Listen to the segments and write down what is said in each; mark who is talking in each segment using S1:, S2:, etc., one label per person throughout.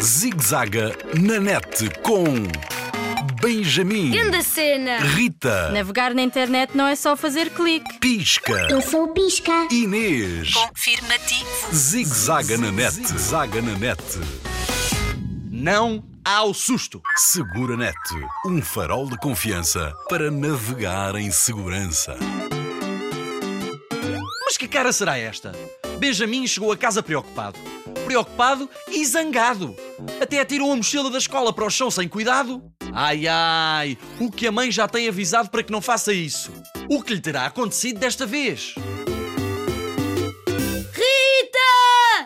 S1: Zigzaga na net com Benjamin,
S2: Grande cena!
S1: Rita,
S3: Navegar na internet não é só fazer clique.
S1: Pisca,
S4: Eu sou o Pisca.
S1: Inês.
S5: Confirmativo.
S1: Zigzaga na net, zaga na net.
S6: Não ao susto.
S1: Segura net, um farol de confiança para navegar em segurança.
S6: Mas que cara será esta? Benjamin chegou a casa preocupado. Preocupado e zangado. Até atirou a mochila da escola para o chão sem cuidado. Ai ai, o que a mãe já tem avisado para que não faça isso? O que lhe terá acontecido desta vez?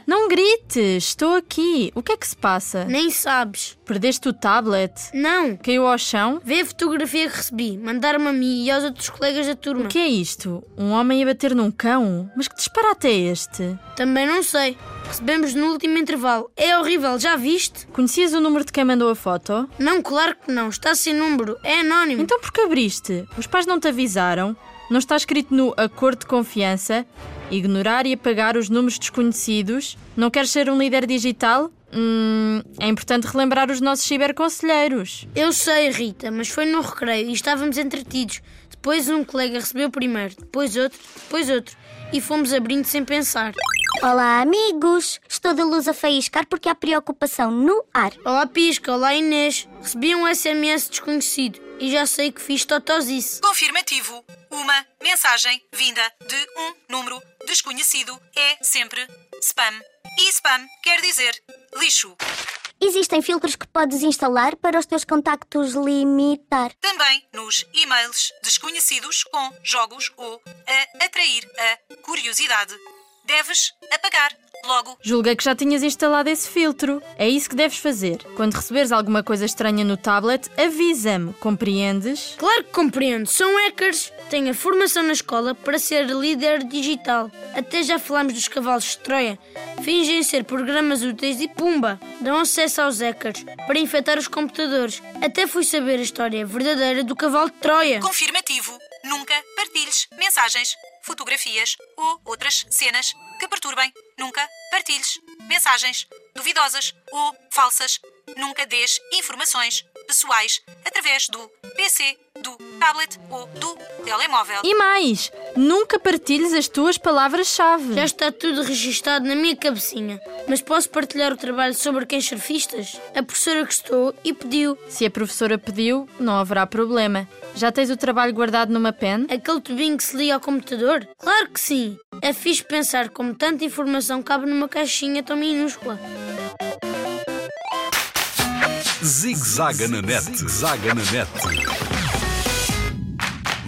S3: Não grites, estou aqui. O que é que se passa?
S2: Nem sabes.
S3: Perdeste o tablet?
S2: Não.
S3: Caiu ao chão?
S2: Vê a fotografia que recebi. Mandaram-me a mim e aos outros colegas da turma.
S3: O que é isto? Um homem a bater num cão? Mas que disparate é este?
S2: Também não sei. Recebemos no último intervalo. É horrível, já viste?
S3: Conhecias o número de quem mandou a foto?
S2: Não, claro que não. Está sem número. É anónimo.
S3: Então por que abriste? Os pais não te avisaram? Não está escrito no acordo de confiança? Ignorar e apagar os números desconhecidos? Não queres ser um líder digital? Hum, é importante relembrar os nossos ciberconselheiros.
S2: Eu sei, Rita, mas foi no recreio e estávamos entretidos. Depois um colega recebeu primeiro, depois outro, depois outro. E fomos abrindo sem pensar.
S4: Olá, amigos. Estou da luz a faíscar porque há preocupação no ar.
S2: Olá, Pisca. Olá, Inês. Recebi um SMS desconhecido e já sei que fiz totosice.
S5: Confirmativo. Uma mensagem vinda de um número desconhecido é sempre spam. E spam quer dizer lixo.
S4: Existem filtros que podes instalar para os teus contactos limitar.
S5: Também nos e-mails desconhecidos com jogos ou a atrair a curiosidade. Deves apagar logo.
S3: Julguei que já tinhas instalado esse filtro. É isso que deves fazer. Quando receberes alguma coisa estranha no tablet, avisa-me, compreendes?
S2: Claro que compreendo, são hackers. Tenho a formação na escola para ser líder digital. Até já falámos dos cavalos de Troia. Fingem ser programas úteis e pumba! Dão acesso aos hackers para infectar os computadores. Até fui saber a história verdadeira do cavalo de Troia.
S5: Confirmativo. Nunca partilhes mensagens, fotografias ou outras cenas que perturbem. Nunca partilhes mensagens duvidosas ou falsas. Nunca dês informações pessoais através do PC, do tablet ou do telemóvel.
S3: E mais, nunca partilhes as tuas palavras-chave.
S2: Já está tudo registado na minha cabecinha. Mas posso partilhar o trabalho sobre quem surfistas? A professora gostou e pediu.
S3: Se a professora pediu, não haverá problema. Já tens o trabalho guardado numa pen?
S2: Aquele tubinho que se liga ao computador? Claro que sim! É fixe pensar como tanta informação cabe numa caixinha tão minúscula.
S1: Zigzaga na net, zaga na net.